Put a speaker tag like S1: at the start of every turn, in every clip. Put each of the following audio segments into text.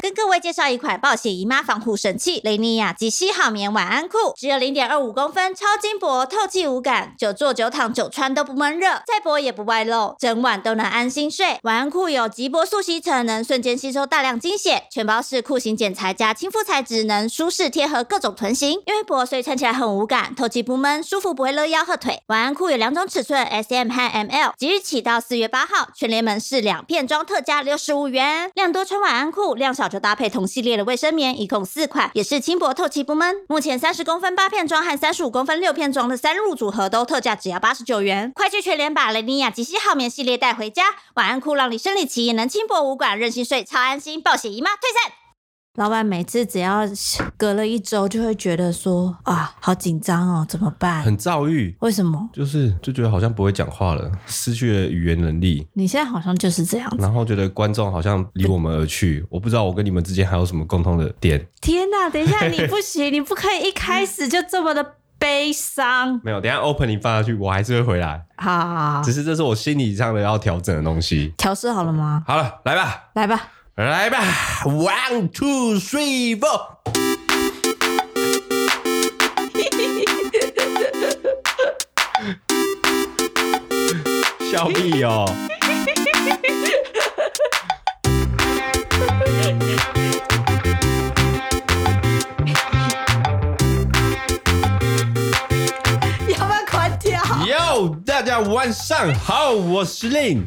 S1: 跟各位介绍一款暴血姨妈防护神器——雷尼亚及膝好棉晚安裤，只有零点二五公分，超轻薄，透气无感，久坐久躺久穿都不闷热，再薄也不外露，整晚都能安心睡。晚安裤有极薄速吸尘，能瞬间吸收大量精血，全包式裤型剪裁加亲肤材质，能舒适贴合各种臀型。因为薄，所以穿起来很无感，透气不闷，舒服不会勒腰和腿。晚安裤有两种尺寸，S M 和 M L，即日起到四月八号，全联盟是两片装特价六十五元，量多穿晚安裤，量少。就搭配同系列的卫生棉，一共四款，也是轻薄透气不闷。目前三十公分八片装和三十五公分六片装的三入组合都特价只要八十九元，快去全联把雷尼亚及膝好棉系列带回家。晚安裤让你生理期也能轻薄无感，任性睡超安心，暴血姨妈退散。
S2: 老板每次只要隔了一周，就会觉得说啊，好紧张哦，怎么办？
S3: 很躁郁，
S2: 为什么？
S3: 就是就觉得好像不会讲话了，失去了语言能力，
S2: 你现在好像就是这样子。
S3: 然后觉得观众好像离我们而去，我不知道我跟你们之间还有什么共同的点。
S2: 天哪、等一 下，你不行，你不可以一开始就这么的悲 伤。
S3: 没有，等一下 open 你放下去，我还是会回来，
S2: 好好好，
S3: 只是这是我心理上的要调整的东西。
S2: 调试好了吗？
S3: 好了，来吧，
S2: 来吧，
S3: 来吧，one two three four。笑屁哦！
S2: 要不要关掉？
S3: 哟，大家晚上好，我是 Lin，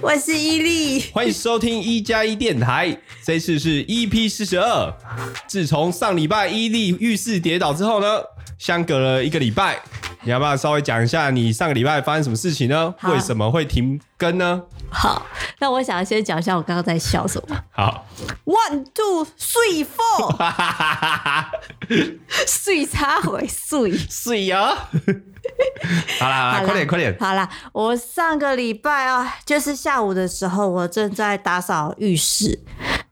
S2: 我是伊利，
S3: 欢迎收听一加一电台。这次是 EP 四十二。自从上礼拜伊利遇事跌倒之后呢，相隔了一个礼拜，你要不要稍微讲一下你上个礼拜发生什么事情呢？
S2: 好
S3: 为什么会停更呢？
S2: 好，那我想先讲一下我刚刚在笑什么。
S3: 好，
S2: One two three four，
S3: 哈哈哈哈，
S2: 碎插回碎。
S3: 水 哦。好啦，好啦，快点，快点。
S2: 好啦，我上个礼拜啊，就是下午的时候，我正在打扫浴室，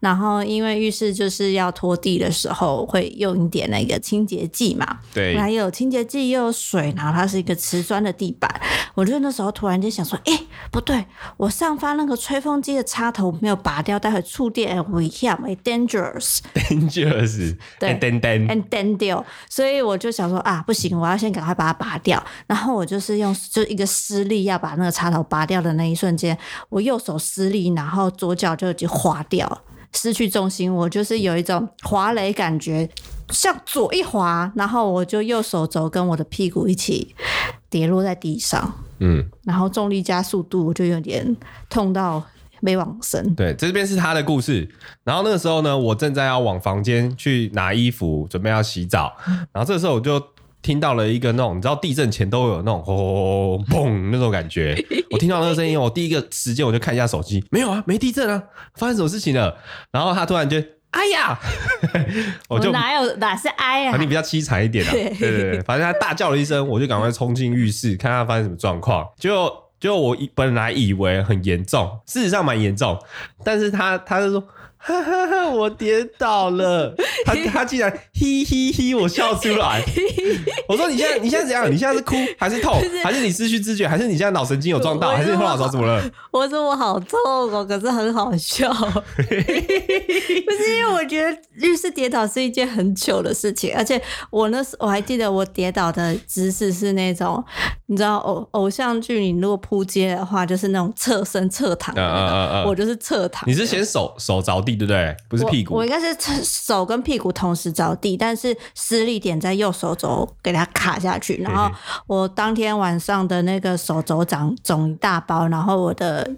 S2: 然后因为浴室就是要拖地的时候会用一点那个清洁剂嘛，
S3: 对
S2: 然后有清洁剂又有水，然后它是一个瓷砖的地板，我就那时候突然间想说，哎、不对，我上方那个吹风机的插头没有拔掉，待会触电哎危险，very dangerous。
S3: Dangerous，
S2: 对
S3: 噔噔，
S2: and then 掉，所以我就想说啊，不行，我要先赶快把它拔掉。然后我就是用就一个施力要把那个插头拔掉的那一瞬间，我右手施力，然后左脚就已经滑掉了，失去重心，我就是有一种滑雷感觉，向左一滑，然后我就右手肘跟我的屁股一起跌落在地上，
S3: 嗯，
S2: 然后重力加速度，我就有点痛到没往生。
S3: 对，这边是他的故事。然后那个时候呢，我正在要往房间去拿衣服，准备要洗澡。然后这时候我就听到了一个那种，你知道地震前都有那种轰轰轰砰那种感觉。我听到那个声音，我第一个时间我就看一下手机，没有啊，没地震啊，发生什么事情了？然后他突然间，哎呀， 我就
S2: 哪有哪是哀
S3: 啊，
S2: 啊
S3: 你？比较凄惨一点啊。
S2: 对
S3: 对对对，反正他大叫了一声，我就赶快冲进浴室，看他发生什么状况。就就我以本来以为很严重，事实上蛮严重，但是他他就说。哈哈哈！我跌倒 了，他他竟然嘿嘿嘿，我笑出来。我说你现在你现在怎样？你现在是哭还是痛？还是你失去知觉？还是你现在脑神经有撞到？
S2: 我
S3: 还是你后
S2: 我
S3: 脑勺怎么了？
S2: 我说我好痛哦，可是很好笑。 不是因为我觉得浴室跌倒是一件很糗的事情，而且我那时我还记得我跌倒的姿势是那种，你知道偶偶像剧你如果扑街的话，就是那种侧身侧躺的那
S3: 嗯嗯嗯
S2: 个，
S3: 嗯
S2: 我就是侧躺的。
S3: 你是先手手着地对不对？不是屁
S2: 我，
S3: 股
S2: 我应该是侧手跟屁股同时着地，但是施力点在右手肘给它卡下去，然后我当天晚上的那个手肘长肿一大包，然后我的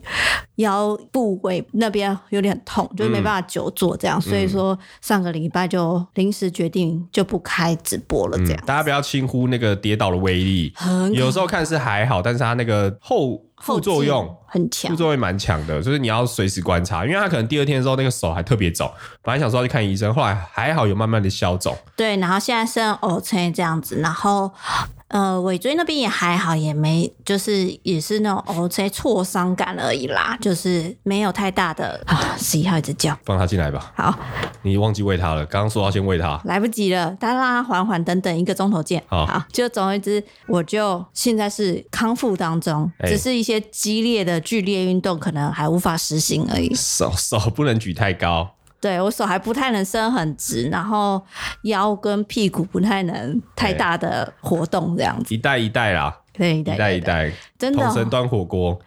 S2: 腰部位那边有点痛，就
S3: 嗯
S2: 没办法久坐这样，所以说上个礼拜就临时决定就不开直播了，这样、
S3: 大家不要轻忽那个跌倒的威力，
S2: 很
S3: 嗯有时候看是还好，但是它那个后
S2: 后
S3: 副作用
S2: 劲很
S3: 副
S2: 强。
S3: 作用蛮强的，就是你要随时观察，因为他可能第二天的时候那个手还特别肿，本来想说要去看医生，后来还好有慢慢的消肿。
S2: 对，然后现在剩 O 撑这样子，然后呃尾椎那边也还好，也没就是也是那种 O 撑挫伤感而已啦，就是没有太大的啊。十一号一直叫，
S3: 放他进来吧，
S2: 好，
S3: 你忘记喂他了，刚刚说要先喂他。
S2: 来不及了，大家让它缓缓，等等一个钟头见。
S3: 好
S2: 就总而言之，我就现在是康复当中，
S3: 哎
S2: 只是 一些激烈的剧烈运动可能还无法实行而已。
S3: 手手不能举太高，
S2: 对我手还不太能伸很直，然后腰跟屁股不太能太大的活动，这样子。
S3: 一代一代啦，
S2: 对，对
S3: 一代
S2: 对
S3: 一
S2: 对，
S3: 代，
S2: 真的
S3: 同
S2: 哦、
S3: 神端火锅，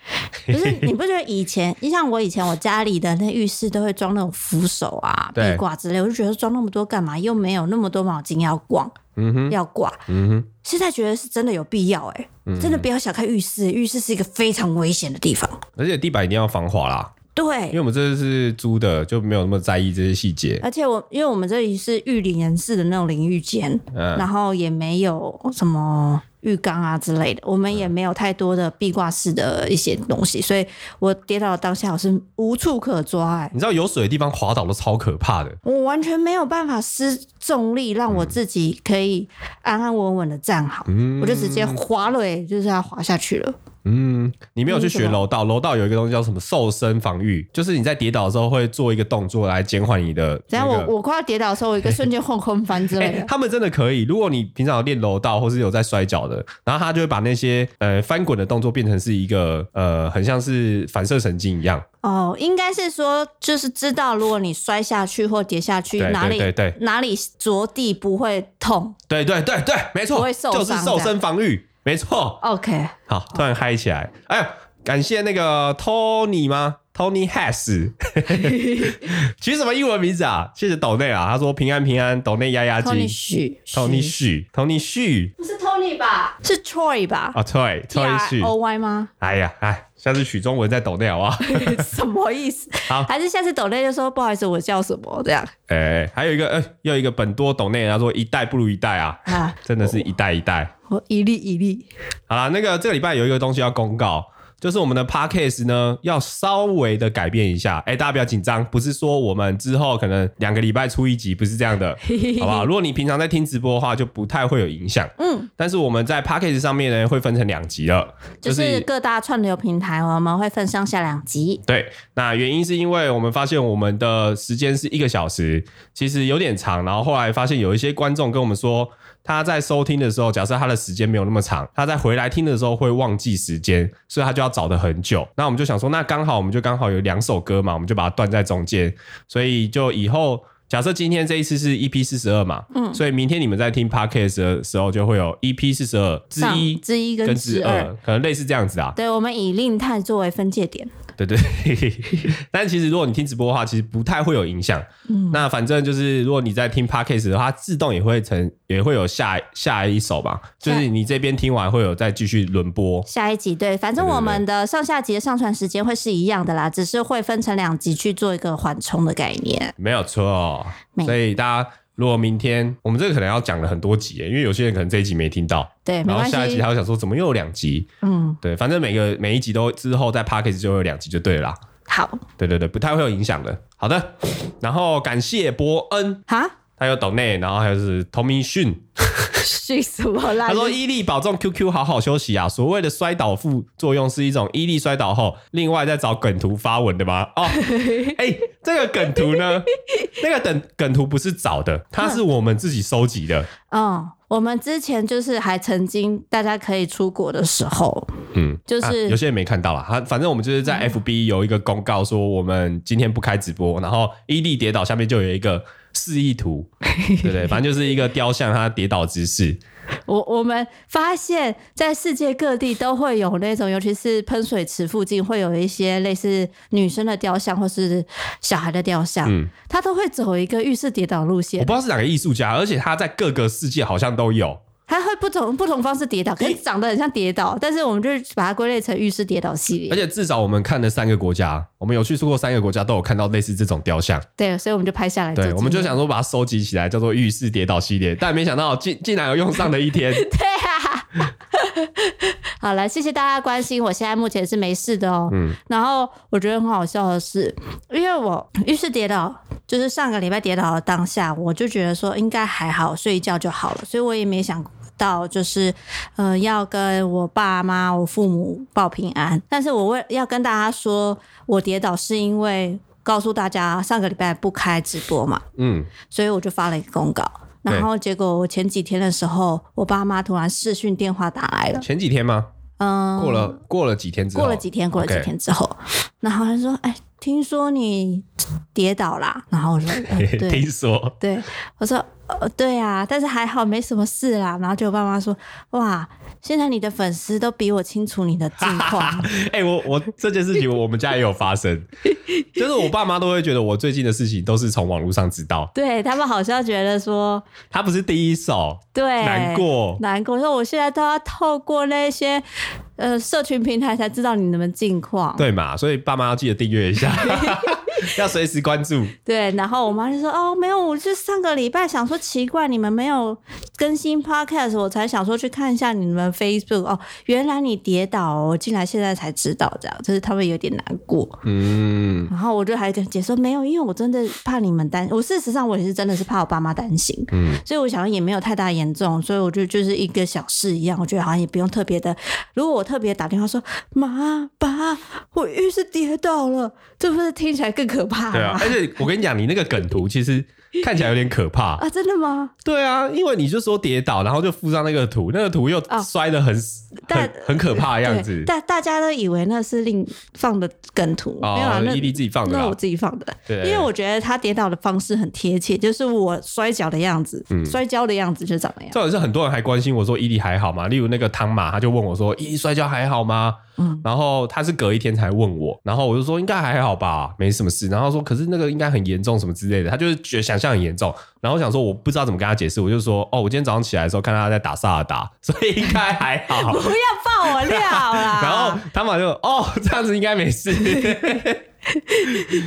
S2: 不是你不觉得以前，就像我以前我家里的那浴室都会装那种扶手啊、壁
S3: 对
S2: 挂之类，我就觉得装那么多干嘛？又没有那么多毛巾要逛
S3: 嗯哼，
S2: 要挂，
S3: 嗯哼，
S2: 现在觉得是真的有必要哎、
S3: 嗯
S2: 真的不要小看浴室，浴室是一个非常危险的地方。
S3: 而且地板一定要防滑啦，因为
S2: 对，
S3: 我们这是租的，就没有那么在意这些细节。
S2: 而且我因为我们这里是浴淋人式的那种淋浴间，
S3: 嗯
S2: 然后也没有什么浴缸啊之类的，我们也没有太多的壁挂式的一些东西，所以我跌倒的当下我是无处可抓、欸，
S3: 你知道有水的地方滑倒都超可怕的，
S2: 我完全没有办法施重力让我自己可以安安稳稳的站好，
S3: 嗯，
S2: 我就直接滑了、欸，就是要滑下去了。
S3: 嗯，你没有去
S2: 嗯
S3: 学
S2: 什么
S3: 柔道，柔道有一个东西叫什么瘦身防御，就是你在跌倒的时候会做一个动作来减缓你的、
S2: 等一
S3: 那
S2: 下
S3: 个。
S2: 我我快要跌倒的时候，我一个瞬间后空翻之类
S3: 哎、
S2: 的。
S3: 他们真的可以。如果你平常有练柔道，或是有在摔跤的，然后他就会把那些呃翻滚的动作变成是一个呃，很像是反射神经一样。
S2: 哦，应该是说就是知道，如果你摔下去或跌下去，
S3: 对
S2: 哪里
S3: 对对对
S2: 哪里着地不会痛。
S3: 对对对对，没
S2: 不
S3: 错，
S2: 会受
S3: 就
S2: 伤
S3: 是瘦身防御，没错。
S2: OK，
S3: 好，突然嗨起来。哎呦，感谢那个 Tony 吗？Tony Has，取什么英文名字啊？谢谢斗内啊，他说平安平安，斗内压压惊
S2: Tony。许
S3: Tony 旭，Tony 旭
S2: 不是 Tony 吧？是 Troy 吧
S3: 啊，对
S2: ？T
S3: ，Tony
S2: R
S3: 旭，
S2: O Y 吗？
S3: 哎呀，哎，下次取中文再抖内好 不好？
S2: 什么意思？
S3: 好
S2: 还是下次抖内就说不好意思，我叫什么这样
S3: 哎，还有一个，哎，又一个本多抖内，他说一代不如一代啊，
S2: 啊？
S3: 真的是一代一代。
S2: 我一粒一粒，
S3: 好啦，那个这个礼拜有一个东西要公告，就是我们的 podcast 呢要稍微的改变一下。哎、大家不要紧张，不是说我们之后可能两个礼拜出一集，不是这样 的，好不好？如果你平常在听直播的话，就不太会有影响。
S2: 嗯，
S3: 但是我们在 podcast 上面呢会分成两集了，
S2: 就是各大串流平台，我们会分上下两集。
S3: 对，那原因是因为我们发现我们的时间是一个小时，其实有点长。然后后来发现有一些观众跟我们说，他在收听的时候，假设他的时间没有那么长，他在回来听的时候会忘记时间，所以他就要找的很久。那我们就想说，那刚好我们就刚好有两首歌嘛，我们就把它断在中间，所以就以后。假设今天这一次是 EP 四十二嘛，嗯，所以明天你们在听 podcast 的时候就会有 EP 四十二之
S2: 上
S3: 一
S2: 之一跟
S3: 跟
S2: 之
S3: 之二
S2: 二，
S3: 可能类似这样子啊。
S2: 对，我们以令态作为分界点。
S3: 对 对，但其实如果你听直播的话，其实不太会有影响。
S2: 嗯
S3: 那反正就是，如果你在听 podcast 的话，它自动也会成也会有下下一首吧，就是你这边听完会有再继续轮播。
S2: 下一集对，反正
S3: 对对对
S2: 我们的上下集的上传时间会是一样的啦，只是会分成两集去做一个缓冲的概念。
S3: 没有错，哦
S2: 没
S3: 所以大家如果明天我们这个可能要讲了很多集耶，因为有些人可能这一集没听到，
S2: 对，没
S3: 然后
S2: 关
S3: 下一集
S2: 系
S3: 他。会想说怎么又有两集？
S2: 嗯，
S3: 对，反正每个每一集都之后在 podcast 就会有两集就对了啦。
S2: 好
S3: 对对对，不太会有影响的。好的，然后感谢伯恩，
S2: 哈，
S3: 他有抖内，然后还有是 Tommy 迅。
S2: 啊是什么 啦？
S3: 他说：“伊利保重 QQ，好好休息啊！所谓的摔倒副作用是一种伊利摔倒后，另外再找梗图发文的吗？ 哦，哎、这个梗图呢，那个梗梗图不是找的，它是我们自己收集的。
S2: 嗯，我们之前就是还曾经大家可以出国的时候，
S3: 嗯，
S2: 就是嗯
S3: 啊有些人没看到啦。他反正我们就是在 FB 有一个公告说我们今天不开直播，然后伊利跌倒下面就有一个示意 图，对不对？反正就是一个雕像，他跌倒姿势。
S2: 我我们发现，在世界各地都会有那种，尤其是喷水池附近会有一些类似女生的雕像或是小孩的雕像，
S3: 嗯
S2: 他都会走一个浴室跌倒路
S3: 我
S2: 线
S3: 不，知道是哪个艺术家，而且他在各个世界好像都有。”
S2: 他会不同不同方式跌倒，可是长得很像跌倒，但是我们就是把它归类成浴室跌倒系
S3: 而
S2: 列，
S3: 且至少我们看了三个国家，我们有去出过三个国家，都有看到类似这种雕像。
S2: 对，所以我们就拍下来做纪
S3: 对，
S2: 念，
S3: 我们就想说把它收集起来，叫做浴室跌倒系列。但没想到竟竟然有用上的一天。
S2: 对啊。好了，谢谢大家关心，我现在目前是没事的哦、
S3: 嗯
S2: 然后我觉得很好笑的是，因为我 浴室跌倒，就是上个礼拜跌倒的当下，我就觉得说应该还好，睡一觉就好了，所以我也没想。到就是，呃，要跟我爸妈、我父母报平安。但是我为要跟大家说，我跌倒是因为告诉大家上个礼拜不开直播嘛，
S3: 嗯，
S2: 所以我就发了一个公告。
S3: 对
S2: 然后结果我前几天的时候，我爸妈突然视讯电话打来了，
S3: 前几天吗？
S2: 嗯，
S3: 过了、过了几天之后，
S2: 过了几天，过了几
S3: OK
S2: 天之后，然后他说：“哎，听说你跌倒啦。” 然后我说：“呃对
S3: 听说
S2: 对。”我说：“呃，对啊，但是还好没什么事啦。”然后就我爸妈说：“哇，现在你的粉丝都比我清楚你的近况。
S3: 哎、我我这件事情我们家也有发生，就是我爸妈都会觉得我最近的事情都是从网络上知道，
S2: 对”他们好像觉得说，
S3: 他不是第一手，
S2: 对，
S3: 难过
S2: 难过，说我现在都要透过那些呃社群平台才知道你们的近况。
S3: 对嘛？所以爸妈要记得订阅一下，要随时关注。
S2: 对，然后我妈就说：“哦，没有，我就上个礼拜想说奇怪，你们没有更新 podcast，我才想说去看一下你们 Facebook。哦，原来你跌倒、哦，我进来现在才知道，这样就是他们有点难过。
S3: 嗯，
S2: 然后我就还跟姐说没有，因为我真的怕你们担，我事实上我也是真的是怕我爸妈担心，
S3: 嗯
S2: 所以我想也没有太大严重，所以我就就是一个小事一样，我觉得好像也不用特别的。如果我特别打电话说妈爸，我浴室跌倒了，这不是听起来更可怕吗？
S3: 对啊，而且我跟你讲，你那个梗图其实看起来有点可 怕。
S2: 啊，真的吗？
S3: 对啊，因为你就说跌倒，然后就附上那个图，那个图又
S2: 哦
S3: 摔得很、
S2: 但
S3: 很很可怕的样子
S2: 对，。大大家都以为那是另放的梗图，没有啊
S3: 哦，，
S2: 那
S3: 伊利自己放的
S2: 那
S3: 啦
S2: 我。自己放的，
S3: 对
S2: 因为我觉得他跌倒的方式很贴切，就是我摔跤的样子，
S3: 嗯
S2: 摔跤的样子就长那样。
S3: 重点是很多人还关心我说伊利还好吗？例如那个汤马，他就问我说伊利摔跤还好吗？
S2: 嗯
S3: 然后他是隔一天才问我，然后我就说应该还好吧，没什么事。然后他说可是那个应该很严重什么之类的，他就是觉得想象很严重。然后我想说我不知道怎么跟他解释，我就说哦，我今天早上起来的时候看到他在打萨尔达，所以应该还好
S2: 不。要爆我料啦！
S3: 然后汤马就哦 这样子应该没 事。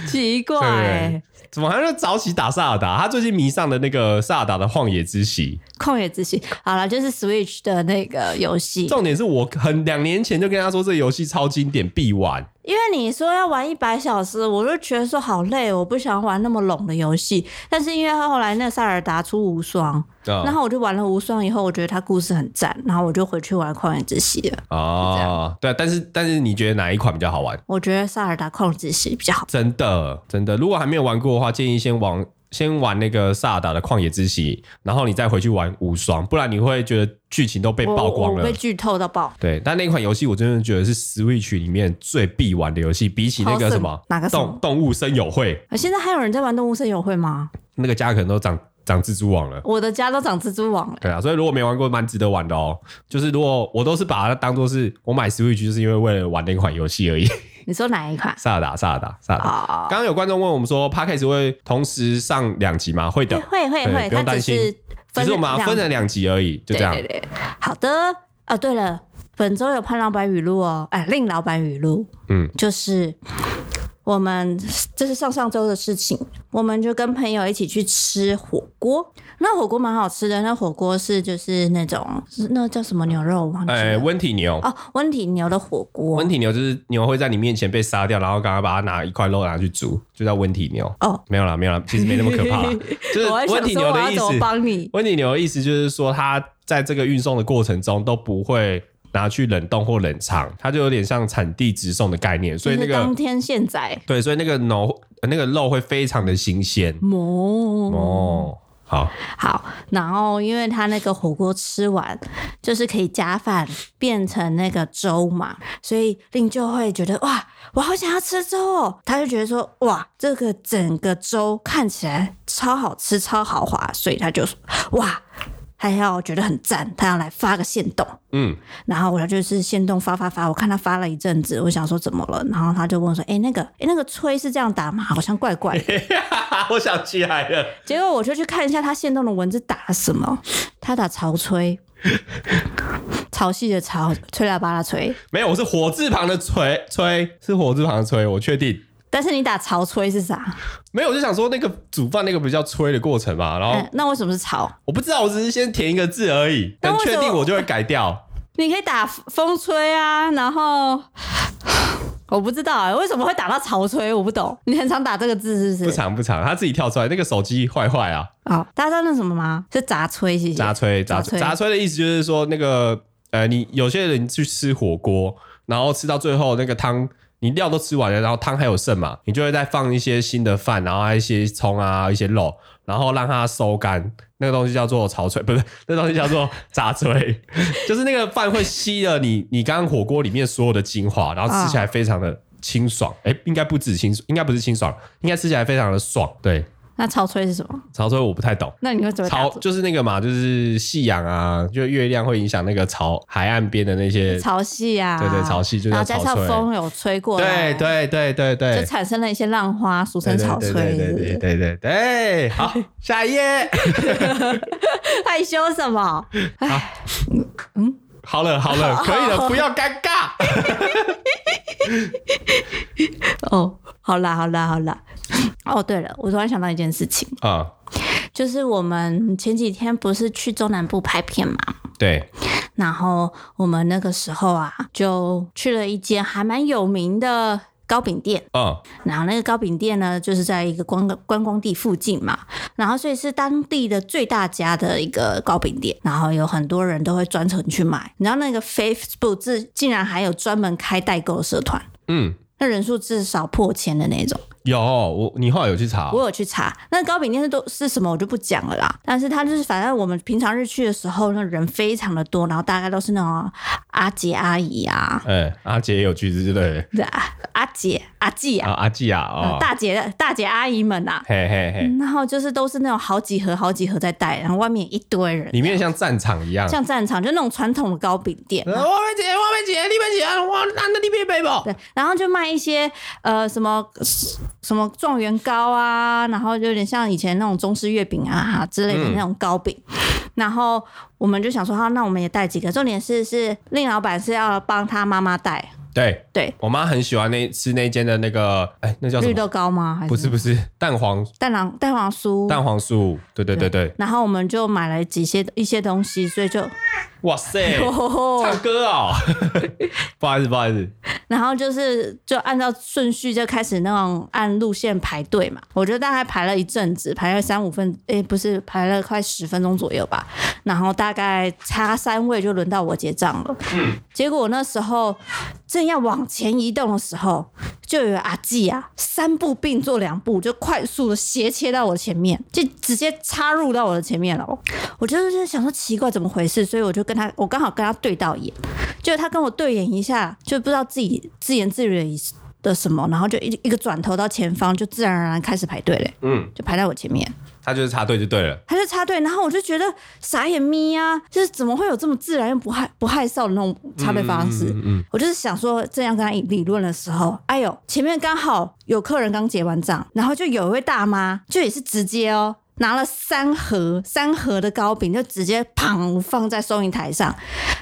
S2: 奇怪、
S3: 对怎么还是早起打萨尔达？他最近迷上的那个萨尔达的荒野之息。
S2: 旷野之息，好了，就是 Switch 的那个游戏，
S3: 重点是我很两年前就跟他说这个游戏超经典，必玩。
S2: 因为你说要玩一百小时，我就觉得说好累，我不想玩那么拢的游戏。但是因为后来那个塞尔达出无双，然
S3: 啊
S2: 后我就玩了无双以后，我觉得它故事很赞，然后我就回去玩旷野之息了。
S3: 哦，对，但是但是你觉得哪一款比较好玩？
S2: 我觉得塞尔达旷野之息比较好。
S3: 真的真的，如果还没有玩过的话，建议先玩先玩那个萨尔达的旷野之息，然后你再回去玩无双，不然你会觉得剧情都被
S2: 我
S3: 曝光
S2: 我
S3: 了
S2: 被。剧透到爆。
S3: 对，但那款游戏我真的觉得是 Switch 里面最必玩的游戏，比起那个什么
S2: Awesome，哪个什么
S3: 动动物森友会，
S2: 呃现在还有人在玩动物森友会吗？
S3: 那个家可能都长长蜘蛛网了。
S2: 我的家都长蜘蛛网了。
S3: 对啊，所以如果没玩过，蛮值得玩的哦。就是如果我都是把它当做是我买 Switch，就是因为为了玩那款游戏而已。
S2: 你说哪一款？
S3: 萨尔达，萨尔达，萨尔达。
S2: 哦，
S3: 刚刚有观众问我们说 p a c k a g e 会同时上两集吗？会的，
S2: 会会
S3: 对
S2: 会，
S3: 不用
S2: 它只
S3: 担心
S2: 是
S3: 只
S2: 分
S3: 是我们
S2: 两
S3: 分了两集而已，就这样。
S2: 对对对，好的。哦，对了，本周有潘老板语录哦，哎，令老板语录，
S3: 嗯，
S2: 就是我们这是上上周的事情，我们就跟朋友一起去吃火锅，那火锅蛮好吃的，那火锅是就是那种是那叫什么牛肉，我忘记了。
S3: 哎，温体牛，
S2: 哦，温体牛的火锅
S3: 温。体牛就是牛会在你面前被杀掉，然后刚刚把它拿一块肉拿去煮，就叫温体牛。
S2: 哦，
S3: 没有啦，没有啦，其实没那么可怕 啦。就是
S2: 我还
S3: 温
S2: 想
S3: 体
S2: 说
S3: 牛
S2: 我
S3: 的
S2: 要
S3: 意
S2: 怎么
S3: 思，
S2: 帮你？
S3: 温体牛的意思就是说，它在这个运送的过程中都不会拿去冷冻或冷藏，它就有点像产地直送的概念，所以那
S2: 就是当
S3: 个
S2: 天现宰，
S3: 对，所以那个牛那个肉会非常的新鲜
S2: 哦
S3: 哦。好，
S2: 好，然后因为他那个火锅吃完，就是可以加饭变成那个粥嘛，所以令就会觉得哇，我好想要吃粥哦。他就觉得说哇，这个整个粥看起来超好吃、超豪华，所以他就说哇，他要觉得很赞，他要来发个现动。
S3: 嗯，
S2: 然后我就是先动发发发，我看他发了一阵子，我想说怎么了，然后他就问我说：“哎、那个，哎、那个吹是这样打吗？好像怪怪的。”
S3: 我想起来了，
S2: 结果我就去看一下他现动的文字打了什么，他打潮 吹，潮汐的潮，吹喇叭的吹。
S3: 没有，我是火字旁的吹吹，是火字旁的吹，我确定。
S2: 但是你打潮吹是啥？
S3: 没有，我就想说那个煮饭那个不叫吹的过程嘛，然后
S2: 嗯，那为什么是潮？
S3: 我不知道，我只是先填一个字而已，
S2: 那
S3: 等
S2: 为什
S3: 确
S2: 么
S3: 定我就会改 掉。
S2: 你可以打风吹啊，然后 我不知道、欸、为什么会打到潮吹，我不懂。你很常打这个字是
S3: 不
S2: 不是？
S3: 长不长，他自己跳出来，那个手机坏坏啊，
S2: 哦，大家知道那什么吗？是杂吹，谢谢。
S3: 杂吹杂
S2: 杂
S3: 吹
S2: 吹
S3: 杂吹的意思就是说那个呃，你有些人去吃火锅，然后吃到最后那个汤。你料都吃完了，然后汤还有剩嘛，你就会再放一些新的饭，然后还有一些葱啊，一些肉，然后让它收干。那个东西叫做潮吹，不是，那东西叫做杂吹， 就是那个饭会吸了你你刚刚火锅里面所有的精华，然后吃起来非常的清爽，哎、应该不止清，应该不是清爽，应该吃起来非常的爽。对，
S2: 那潮吹是什么？
S3: 潮吹我不太懂，
S2: 那你会怎么打
S3: 潮
S2: 字？
S3: 就是那个嘛，就是夕阳啊，就月亮会影响那个潮海岸边的那些，
S2: 潮汐啊，
S3: 对对，潮汐就
S2: 然
S3: 叫
S2: 后加
S3: 潮
S2: 上风
S3: 吹。
S2: 有吹过来，
S3: 对对对对对，
S2: 啊就产生了一些浪花，俗
S3: 对
S2: 称
S3: 对
S2: 潮吹。
S3: 对对
S2: 是不是
S3: 对对对对，好，下一 页。
S2: 害羞什么？
S3: 好了好了，可以了，不要尴 尬。
S2: 哦，好啦好啦好啦。哦，对了，我突然想到一件事情，
S3: 啊、
S2: 就是我们前几天不是去中南部拍片嘛，
S3: 对，
S2: 然后我们那个时候啊，就去了一间还蛮有名的糕饼店。
S3: 嗯，
S2: 然后那个糕饼店呢，就是在一个观光观光地附近嘛，然后所以是当地的最大家的一个糕饼店，然后有很多人都会专程去买。你知道那个 Facebook 自竟然还有专门开代购的社团，
S3: 嗯，
S2: 那人数至少破千的那种。
S3: 有我，你后来有去查
S2: 我有去查，那糕饼店是都是什么我就不讲了啦。但是它就是反正我们平常日去的时候，那人非常的多，然后大概都是那种阿姐阿姨啊，
S3: 哎、阿杰也有去，对不对？
S2: 对啊阿姐阿季啊，
S3: 啊，阿季啊，
S2: 呃
S3: 哦，
S2: 大姐大姐阿姨们啊，
S3: 嘿嘿嘿，
S2: 然后就是都是那种好几盒好几盒在带，然后外面一堆人，
S3: 里面像战场一样。
S2: 像战场就那种传统的糕饼店
S3: 呃，我们姐，我们姐，你们姐，我按的你别背包。
S2: 对，然后就卖一些呃什么什么状元糕啊，然后就有点像以前那种中式月饼啊之类的
S3: 嗯
S2: 那种糕饼，然后我们就想说，好，那我们也带几个，重点是是令老板是要帮他妈妈带，
S3: 对
S2: 对，
S3: 我妈很喜欢那吃那间的那个，哎、那叫什
S2: 绿
S3: 么？
S2: 豆糕吗？还
S3: 不是不是，蛋黄
S2: 蛋黄蛋黄酥？
S3: 蛋黄酥。对对对对，
S2: 然后我们就买了几些一些东西，所以就
S3: 哎 哇塞，唱歌哦， 不好意思不好意思，
S2: 然后就是就按照顺序就开始那种按路线排队嘛，我就大概排了一阵子，排了三五分，诶，不是排了快十分钟左右吧，然后大概差三位就轮到我结账了。结果我那时候正要往前移动的时候，就有阿纪啊三步并作两步，就快速的斜切到我前面，就直接插入到我的前面了。哦我就是想说奇怪怎么回事，所以我就跟他，我刚好跟他对到眼，就他跟我对眼一下，就不知道自己自言自语的的什么，然后就一一个转头到前方，就自然而然开始排队嘞，
S3: 嗯，
S2: 就排在我前面。
S3: 他就是插队就对了。
S2: 他就插队，然后我就觉得傻眼咪啊，就是怎么会有这么自然又不害不害臊的那种插队方式？
S3: 嗯嗯嗯
S2: 我就是想说，这样跟他理论的时候，哎呦，前面刚好有客人刚结完账，然后就有一位大妈，就也是直接哦。拿了三盒三盒的糕饼，就直接砰放在收银台上，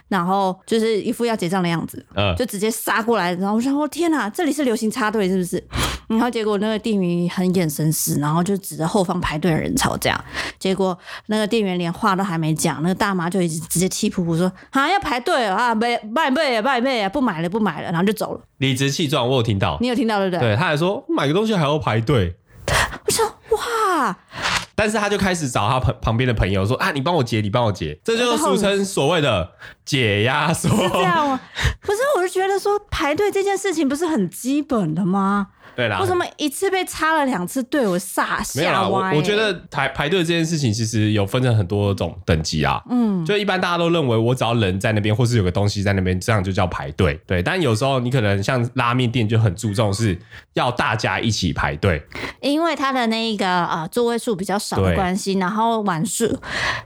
S2: 然后就是一副要结账的样子，
S3: 嗯
S2: 就直接杀过来。然后我想说，天哪，这里是流行插队是不是？ 然后结果那个店员很眼神死，然后就指着后方排队的人潮这样。结果那个店员连话都还没讲，那个大妈就已经直接气噗噗说：“啊，要排队了啊，买买买买买，不买了不买了。”然后就走了。
S3: 理直气壮，我有听到。
S2: 你有听到对不对？
S3: 对，他还说买个东西还要排队，
S2: 我想哇，
S3: 但是他就开始找他旁旁边的朋友说啊，你帮我解，你帮我解，这就是俗称所谓的解压缩。
S2: 这样啊，不是，我就觉得说排队这件事情不是很基本的吗？
S3: 对啦
S2: 为，什么一次被插了两次队，我傻
S3: 没有啦，
S2: 吓
S3: 我
S2: 歪、
S3: 我觉。得排排队这件事情其实有分成很多种等级啊。嗯，就一般大家都认为我只要人在那边，或是有个东西在那边，这样就叫排队。对，但有时候你可能像拉面店就很注重是要大家一起排队。
S2: 因为它的那个呃座位数比较少的
S3: 对
S2: 关系，然后晚数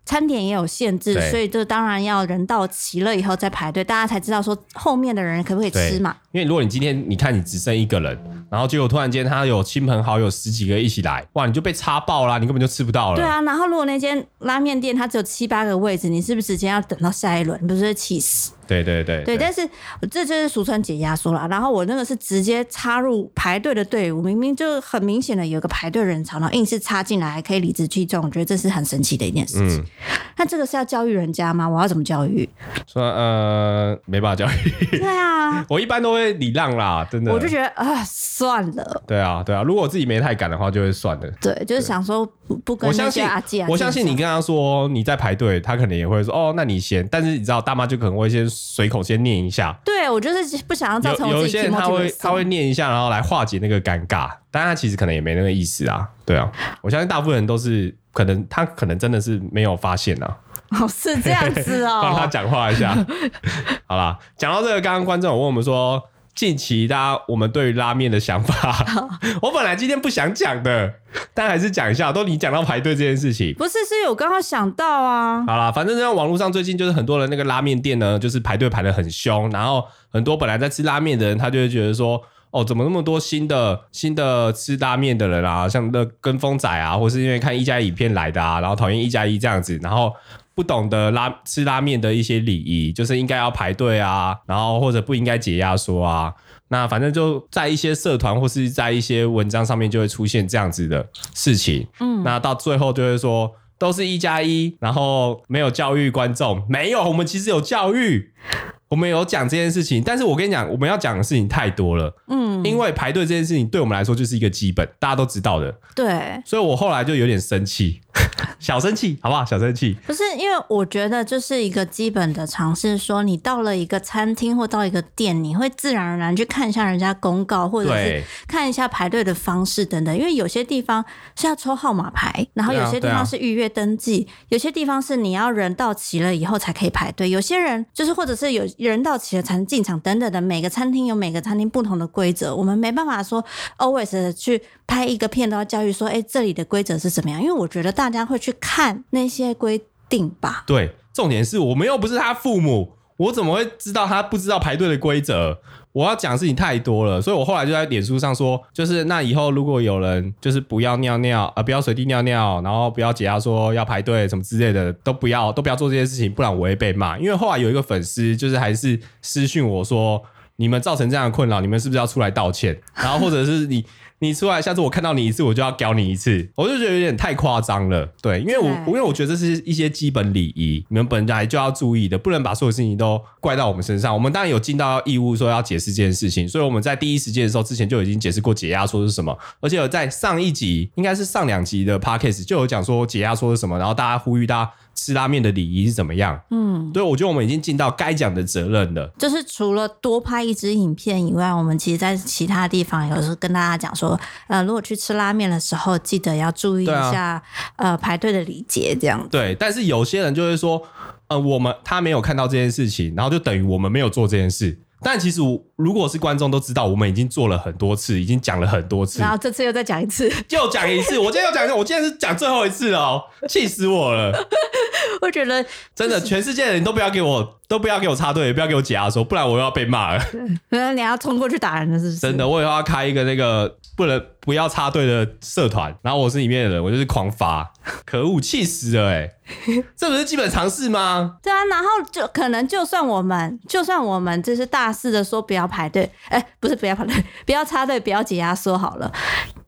S2: 餐点也有限制，
S3: 对
S2: 所以就当然要人到齐了以后再排队，大家才知道说后面的人可不可以
S3: 对
S2: 吃嘛。
S3: 因为如果你今天你看你只剩一个人，然后结果突然间他有亲朋好友十几个一起来，哇，你就被插爆啦，你根本就吃不到了。
S2: 对啊，然后如果那间拉面店它只有七八个位置，你是不是直接要等到下一轮？你不是会气死？
S3: 对对对
S2: 对，但是这就是俗称解压缩了。然后我那个是直接插入排队的队伍，明明就很明显的有个排队人潮，然后硬是插进来，还可以理直气壮，我觉得这是很神奇的一件事情。那这个是要教育人家吗？我要怎么教育？
S3: 说呃没办法教育，
S2: 对啊，
S3: 我一般都会礼让啦，真的。
S2: 我就觉得啊，算了。
S3: 对啊对啊，如果我自己没太赶的话，就会算了。
S2: 对，就是想说不不跟
S3: 我
S2: 那
S3: 相
S2: 些
S3: 信
S2: 阿姐啊，
S3: 我相信你
S2: 跟
S3: 跟他说你在排队，他可能也会说哦，那你先。但是你知道大妈就可能会先随口先念一下，
S2: 对我就是不想要造成
S3: 有有
S2: 我
S3: 一
S2: 自己
S3: 些
S2: 提
S3: 人
S2: 莫
S3: 他
S2: 提
S3: 会
S2: 维
S3: 他会念一下，然后来化解那个尴尬，但他其实可能也没那个意思啊。对啊，我相信大部分人都是可能他可能真的是没有发现啊，
S2: 哦，是这样子哦，
S3: 帮他讲话一下。好啦，讲到这个，刚刚观众有问我们说。近期大家我们对于拉面的想 法。我本来今天不想讲的，但还是讲一下，都你讲到排队这件事情。
S2: 不是，是我刚刚想到啊，
S3: 好啦，反正像网络上最近就是很多人那个拉面店呢，就是排队排的很凶，然后很多本来在吃拉面的人，他就会觉得说。哦，怎么那么多新的新的吃拉面的人啊？像那跟风仔啊，或是因为看一加一影片来的啊，然后讨厌一加一这样子，然后不懂得拉吃拉面的一些礼仪，就是应该要排队啊，然后或者不应该解压缩啊。那反正就在一些社团或是在一些文章上面就会出现这样子的事情。嗯，那到最后就会说。都是一加一，然后没有教育观众，没有，我们其实有教育，我们有讲这件事情，但是我跟你讲，我们要讲的事情太多了，嗯，因为排队这件事情对我们来说就是一个基本，大家都知道的，
S2: 对，
S3: 所以我后来就有点生气， 小生气，好不好？小生气，
S2: 不是因为我觉得这是一个基本的尝试，说你到了一个餐厅或到一个店，你会自然而然去看一下人家公告，或者
S3: 对
S2: 是看一下排队的方式等等。因为有些地方是要抽号码牌，然后
S3: 对啊
S2: 有些地
S3: 对啊
S2: 方是预约登记，有些地方是你要人到齐了以后才可以排队，有些人就是或者是有人到齐了才能进场等等的。每个餐厅有每个餐厅不同的规则，我们没办法说 always 地去拍一个片都要教育说，哎、这里的规则是怎么样？因为我觉得大家会去看那些规定吧。
S3: 对，重点是我们又不是他父母，我怎么会知道他不知道排队的规则？我要讲的事情太多了，所以我后来就在脸书上说，就是那以后如果有人就是不要尿尿啊、呃不要随地尿尿，然后不要解压说要排队什么之类的，都不要都不要做这些事情，不然我会被骂。因为后来有一个粉丝就是还是私讯我说，你们造成这样的困扰，你们是不是要出来道歉？然后或者是你你出来，下次我看到你一次，我就要屌你一次，我就觉得有点太夸张了。对，因为我
S2: 对
S3: 因为我觉得这是一些基本礼仪，你们本来就要注意的，不能把所有事情都怪到我们身上。我们当然有尽到义务说要解释这件事情，所以我们在第一时间的时候，之前就已经解释过解压缩是什么，而且有在上一集，应该是上两集的 podcast 就有讲说解压缩是什么，然后大家呼吁大家吃拉面的礼仪是怎么样。嗯，对，我觉得我们已经尽到该讲的责任了。
S2: 就是除了多拍一支影片以外，我们其实在其他地方有时候跟大家讲说，呃，如果去吃拉面的时候，记得要注意一
S3: 对啊
S2: 下、呃排队的礼节这样子。
S3: 对，但是有些人就会说，呃，我们他没有看到这件事情，然后就等于我们没有做这件事。但其实我如果是观众都知道，我们已经做了很多次，已经讲了很多次
S2: 然，后这次又再讲一次，
S3: 又讲一次，我今天又讲一次，我今天是讲最后一次了哦，气死我了！
S2: 我觉得
S3: 真的，全世界的人都不要给我，都不要给我插队，也不要给我解压说，不然我又要被骂了。
S2: 呃你要冲过去打人了，是不是？
S3: 真的，我以后要开一个那个不能不要插队的社团，然后我是里面的人，我就是狂发，可恶，气死了哎、这不是基本常识吗？
S2: 对啊，然后就可能就算我们，就算我们就是大肆的说不要排队，哎，不是不要排队， 不要插队，不要解压缩好了。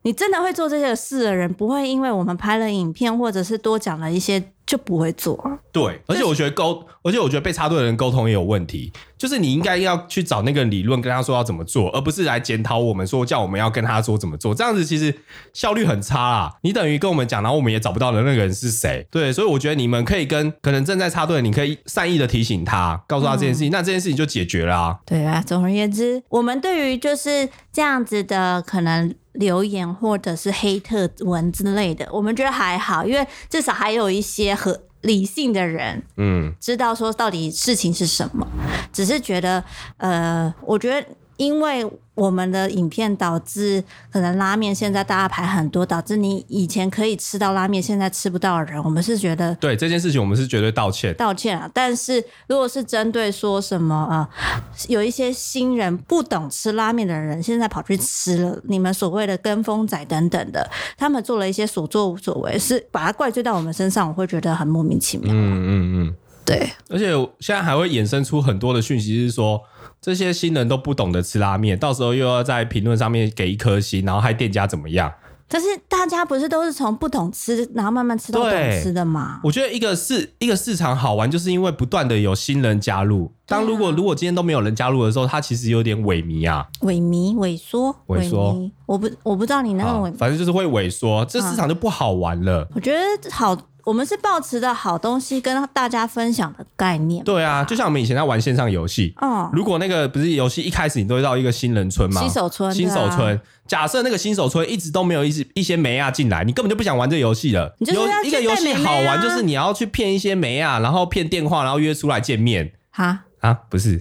S2: 你真的会做这些事的人，不会因为我们拍了影片或者是多讲了一些就不会做啊。
S3: 对，而且我觉得沟，而且我觉得被插队的人沟通也有问题，就是你应该要去找那个理论跟他说要怎么做，而不是来检讨我们说叫我们要跟他说怎么做，这样子其实效率很差啦。你等于跟我们讲，然后我们也找不到的那个人是谁。对，所以我觉得你们可以跟可能正在插队的，你可以善意的提醒他，告诉他这件事情，那这件事情就解决啦、
S2: 对啊，总而言之，我们对于就是这样子的可能留言或者是黑特文之类的，我们觉得还好，因为至少还有一些和理性的人
S3: 嗯，
S2: 知道说到底事情是什么，只是觉得呃，我觉得因为我们的影片导致可能拉面现在大家排很多，导致你以前可以吃到拉面，现在吃不到的人，我们是觉得
S3: 对这件事情我们是绝对道歉。
S2: 道歉啊。但是如果是针对说什么啊、呃有一些新人不懂吃拉面的人，现在跑去吃了，你们所谓的跟风仔等等的，他们做了一些所作所为，是把它怪罪到我们身上，我会觉得很莫名其妙。
S3: 嗯嗯嗯，
S2: 对，
S3: 而且现在还会衍生出很多的讯息，是说这些新人都不懂得吃拉面，到时候又要在评论上面给一颗星，然后害店家怎么样？
S2: 但是大家不是都是从不懂吃，然后慢慢吃到懂
S3: 对
S2: 吃的嘛？
S3: 我觉得一个市一个市场好玩，就是因为不断的有新人加入。当如果如果今天都没有人加入的时候，它其实有点萎靡啊，
S2: 萎靡、萎缩、
S3: 萎缩
S2: 靡，我不我啊不知道你那个
S3: 啊
S2: 萎，
S3: 反正就是会萎缩，这市场就不好玩了。
S2: 我觉得好，我们是抱持的好东西跟大家分享的概念。
S3: 对啊，就像我们以前在玩线上游戏，
S2: 哦，
S3: 如果那个不是游戏一开始你都会到一个新人村嘛，
S2: 新手村
S3: 新手
S2: 对啊
S3: 村。假设那个新手村一直都没有一直一些梅亚进来，你根本就不想玩这游戏了。
S2: 你就是
S3: 有
S2: 要去
S3: 一个游戏
S2: 带妹妹啊
S3: 好玩，就是你要去骗一些梅亚，然后骗电话，然后约出来见面
S2: 哈，
S3: 啊，不是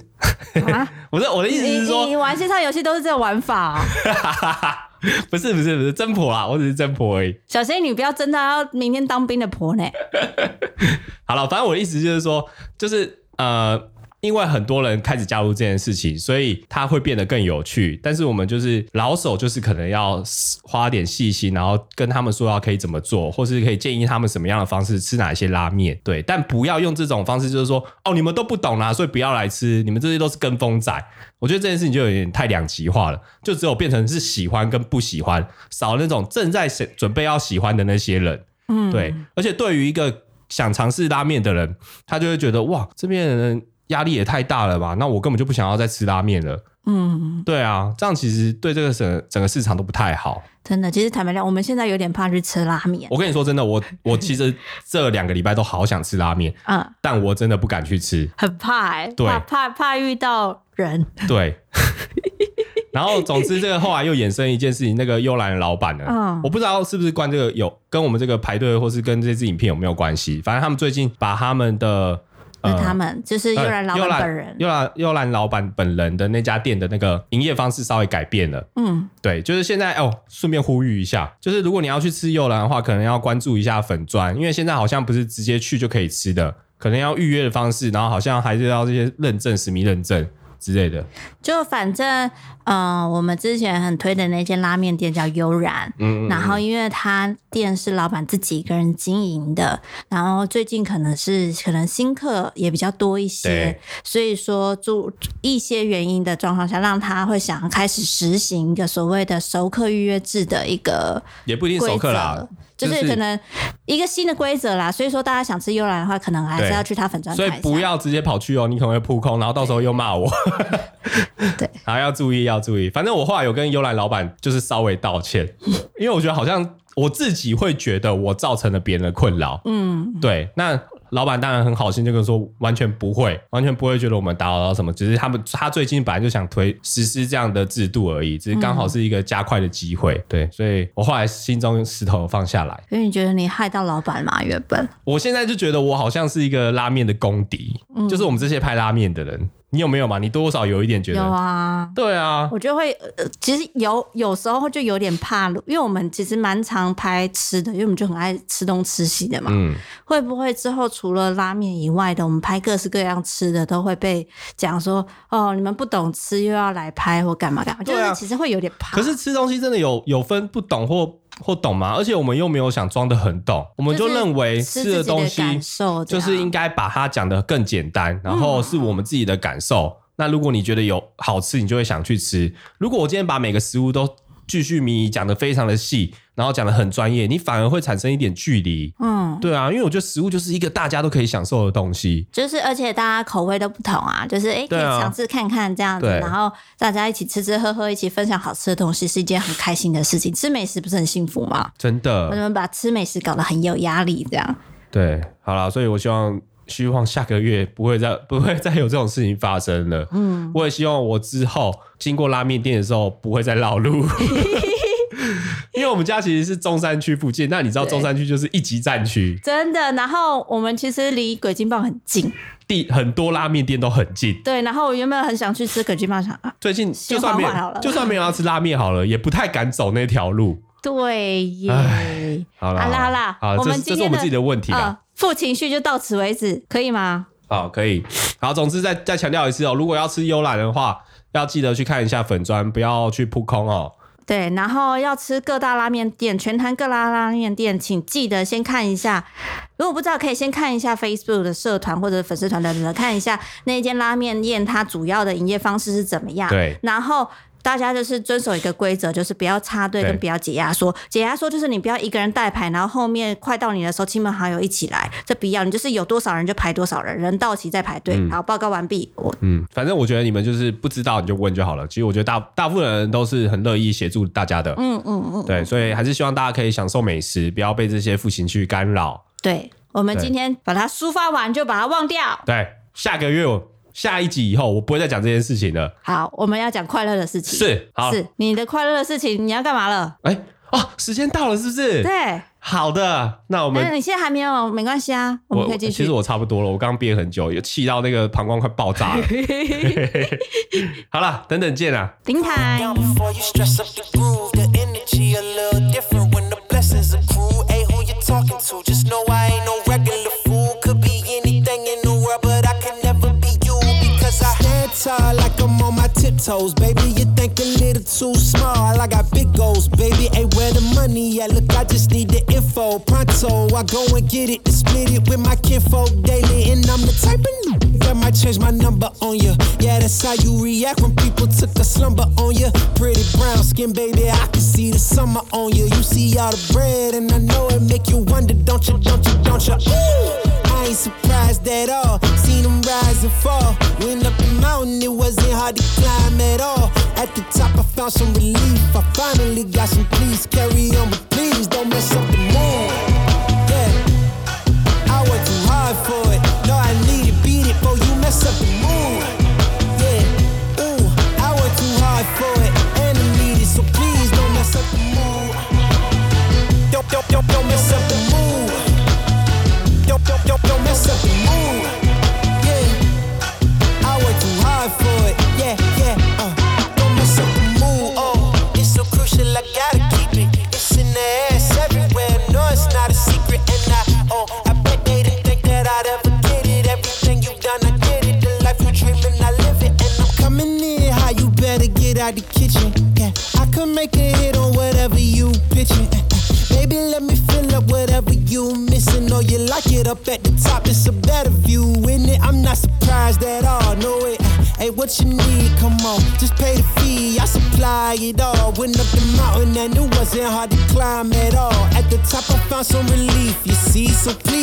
S2: 啊，
S3: 我的我的意思
S2: 你
S3: 是说
S2: 你，玩线上游戏都是这个玩 法、哦，
S3: 不是不是不是真婆啦，我只是真婆而已。
S2: 小仙女不要真的要明天当兵的婆呢。
S3: 好了，反正我的意思就是说，就是呃，因为很多人开始加入这件事情，所以它会变得更有趣。但是我们就是老手，就是可能要花点细心，然后跟他们说要可以怎么做，或是可以建议他们什么样的方式吃哪一些拉面。对，但不要用这种方式，就是说哦，你们都不懂啦、所以不要来吃，你们这些都是跟风仔。我觉得这件事情就有点太两极化了，就只有变成是喜欢跟不喜欢，少那种正在准备要喜欢的那些人。
S2: 嗯，
S3: 对，而且对于一个想尝试拉面的人，他就会觉得哇，这边的人压力也太大了吧？那我根本就不想要再吃拉面了。
S2: 嗯，
S3: 对啊，这样其实对这个整整个市场都不太好。
S2: 真的，其实坦白讲，我们现在有点怕去吃拉面。
S3: 我跟你说真的，我我其实这两个礼拜都好想吃拉面，
S2: 嗯，
S3: 但我真的不敢去吃。
S2: 很怕哎、
S3: 啊对
S2: 怕怕怕遇到人。
S3: 对。 然后，总之，这个后来又衍生一件事情，那个幽兰的老板呢，
S2: 嗯
S3: 我不知道是不是关这个有跟我们这个排队，或是跟这支影片有没有关系。反正他们最近把他们的
S2: 那
S3: 呃
S2: 他们就是悠然老
S3: 幽
S2: 板
S3: 兰
S2: 本人，
S3: 幽兰幽兰老板本人的那家店的那个营业方式稍微改变了。
S2: 嗯，
S3: 对，就是现在哦，顺便呼吁一下，就是如果你要去吃幽兰的话，可能要关注一下粉砖，因为现在好像不是直接去就可以吃的，可能要预约的方式，然后好像还是要这些认证、实名认证之类的。
S2: 就反正嗯、呃我们之前很推的那间拉面店叫悠然，
S3: 嗯，
S2: 然后因为他店是老板自己一个人经营的，然后最近可能是可能新客也比较多一些
S3: 对，
S2: 所以说就一些原因的状况下，让他会想要开始实行一个所谓的熟客预约制的一个
S3: 也不一定
S2: 规
S3: 熟客
S2: 则
S3: 啦。。
S2: 就是
S3: 就是
S2: 可能一个新的规则啦，所以说大家想吃悠然的话，可能还是
S3: 对
S2: 要去他粉专
S3: 所
S2: 看
S3: 以
S2: 一下。
S3: 不要直接跑去哦，你可能会扑空，然后到时候又骂我。
S2: 对，
S3: 然后要注意，要注意。反正我后来有跟幽兰老板就是稍微道歉，因为我觉得好像我自己会觉得我造成了别人的困扰。
S2: 嗯，
S3: 对，那老板当然很好心，就跟我说完全不会，完全不会觉得我们打扰到什么，只是他们他最近本来就想推实施这样的制度而已，只是刚好
S2: 嗯
S3: 是一个加快的机会。对，所以我后来心中石头放下来，
S2: 因为你觉得你害到老板嘛，原本
S3: 我现在就觉得我好像是一个拉面的公敌，
S2: 嗯
S3: 就是我们这些拍拉面的人，你有没有嘛？你多少有一点觉
S2: 有
S3: 得，
S2: 啊，
S3: 对啊，
S2: 我觉得会，呃，其实有有时候就有点怕，因为我们其实蛮常拍吃的，因为我们就很爱吃东吃西的嘛。
S3: 嗯，
S2: 会不会之后除了拉面以外的，我们拍各式各样吃的都会被讲说，哦，你们不懂吃又要来拍或干嘛干嘛？就
S3: 对啊
S2: 是其实会有点怕。
S3: 可是吃东西真的有有分不懂或或懂吗？而且我们又没有想装的很懂，我们就
S2: 就是
S3: 认为吃
S2: 吃自
S3: 的
S2: 己
S3: 东
S2: 感
S3: 西
S2: 受啊
S3: 就
S2: 这样
S3: 是应该把它讲的更简单，然后是我们自己的感受。那如果你觉得有好吃，你就会想去吃。如果我今天把每个食物都继续迷讲的非常的细，然后讲的很专业，你反而会产生一点距离。
S2: 嗯。
S3: 对啊，因为我觉得食物就是一个大家都可以享受的东西。
S2: 就是，而且大家口味都不同啊，就是哎、诶可
S3: 对
S2: 以
S3: 啊
S2: 尝试看看这样子，
S3: 对
S2: 然后大家一起吃吃喝喝，一起分享好吃的东西，是一件很开心的事情。吃美食不是很幸福吗？
S3: 真
S2: 我
S3: 的，
S2: 们把吃美食搞得很有压力，这样
S3: 对，好啦，所以我希望希望下个月不会再不会再有这种事情发生了。嗯，我也希望我之后经过拉面店的时候不会再绕 路，因为我们家其实是中山区附近，那你知道
S2: 对
S3: 中山区就是一级战区，
S2: 真的。然后我们其实离鬼金棒很近，
S3: 地很多拉面店都很近。
S2: 对。然后我原本很想去吃鬼金棒，想啊，
S3: 最近
S2: 先
S3: 就算没
S2: 缓缓好了
S3: 有就算没有要吃拉面好了，也不太敢走那条路。
S2: 对耶，
S3: 唉好啦
S2: 好啦好啦，
S3: 好啦
S2: 我
S3: 这
S2: 们
S3: 是这
S2: 今
S3: 是我
S2: 天
S3: 们自己的问题啦。
S2: 呃负情绪就到此为止，可以吗？
S3: 好，啊可以。好，总之再再强调一次哦，如果要吃幽兰的话，要记得去看一下粉砖，不要去扑空哦。
S2: 对，然后要吃各大拉面店，全台各大拉面店，请记得先看一下。如果不知道，可以先看一下 Facebook 的社团或者粉丝团等等的，看一下那一间拉面店它主要的营业方式是怎么样。
S3: 对
S2: 然后。大家就是遵守一个规则，就是不要插队
S3: 对
S2: 跟不要解压缩。解压缩就是你不要一个人带牌，然后后面快到你的时候，亲朋好友一起来，这不要。你就是有多少人就排多少人，人到齐再排队。好，报告完毕。我
S3: 嗯，反正我觉得你们就是不知道你就问就好了。其实我觉得大大部分人都是很乐意协助大家的。
S2: 嗯嗯嗯，
S3: 对，所以还是希望大家可以享受美食，不要被这些负情绪干扰。
S2: 对，我们
S3: 对
S2: 今天把它抒发完，就把它忘掉。
S3: 对，下个月我下一集以后，我不会再讲这件事情了。
S2: 好，我们要讲快乐的事情。
S3: 是，好，
S2: 是，你的快乐的事情你要干嘛了？
S3: 哎、哦，时间到了是不是？
S2: 对，哎
S3: 好的，那我们
S2: 那你现在还没有，没关系啊，我
S3: 我
S2: 们可以继
S3: 其
S2: 续
S3: 实。我差不多了，我刚憋很久，也气到那个膀胱快爆炸了。 好了，等等见啊！
S2: 平台
S4: down before you stress up the groove. The energy a little different when the blessings accrue. Ain't who you're talking to, just know I ain't no regular fool. Could be anything in the world, but I can never be you because I stand tall like I'm on my tiptoes. Baby, you think a little too small. I got big goals, baby. Ain't where the money at? Look, I just need the info. Pronto, I go and get it and split it with my kinfolk daily. And I'm the type of n- that might change my number on ya. Yeah, that's how you react when people took a slumber on ya. Pretty brown skin, baby, I can see the summer on ya. You see all the bread, and I know it make you wonder, don't you, don't you, don't you? Ooh, I ain't surprised at all. Seen them rise and fall. Went up the mountain, it wasn't hard to climb at all. At the top, I found some relief. I finally got some peace. Carry on, but please don't mess up the mood. Yeah. I work too hard for it. No, I need to beat it, before you mess up the mood. Yeah, ooh, I work too hard for it, and I need it, so please don't mess up the mood. Don't, don't, don't, don't mess up the mood. Don't, don't, don't, don't mess up the mood. Yeah, I work too hard for it. Yeah, yeah, uh, don't mess up the mood. Oh, it's so crucial, I gotta keep it. It's in the ass everywhere. No, it's not a secret, and I, oh, I bet they didn't think that I'd ever get it. Everything you done, I did it. The life you dreaming, I live it, and I'm coming in. How you better get out the kitchen? Yeah, I could make a hit on whatever you pitching. eh, eh. Baby, let me fill up whatever you missing. Or you like it up at the top, it's a better view in it. I'm not surprised at all, no it. Hey, what you need? Come on, just pay the fee. I supply it all. Went up the mountain and it wasn't hard to climb at all. At the top, I found some relief. You see, so please. oh, uh,